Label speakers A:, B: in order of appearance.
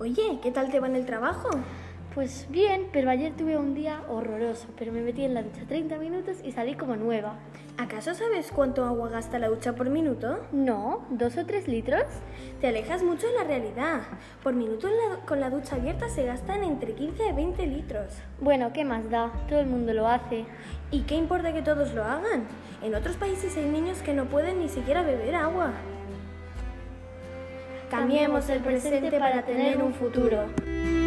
A: Oye, ¿qué tal te va en el trabajo?
B: Pues bien, pero ayer tuve un día horroroso, pero me metí en la ducha 30 minutos y salí como nueva.
A: ¿Acaso sabes cuánto agua gasta la ducha por minuto?
B: No, dos o tres litros.
A: Te alejas mucho de la realidad. Por minuto en la- con la ducha abierta se gastan entre 15 y 20 litros.
B: Bueno, ¿qué más da? Todo el mundo lo hace.
A: ¿Y qué importa que todos lo hagan? En otros países hay niños que no pueden ni siquiera beber agua. Cambiemos el presente para tener un futuro.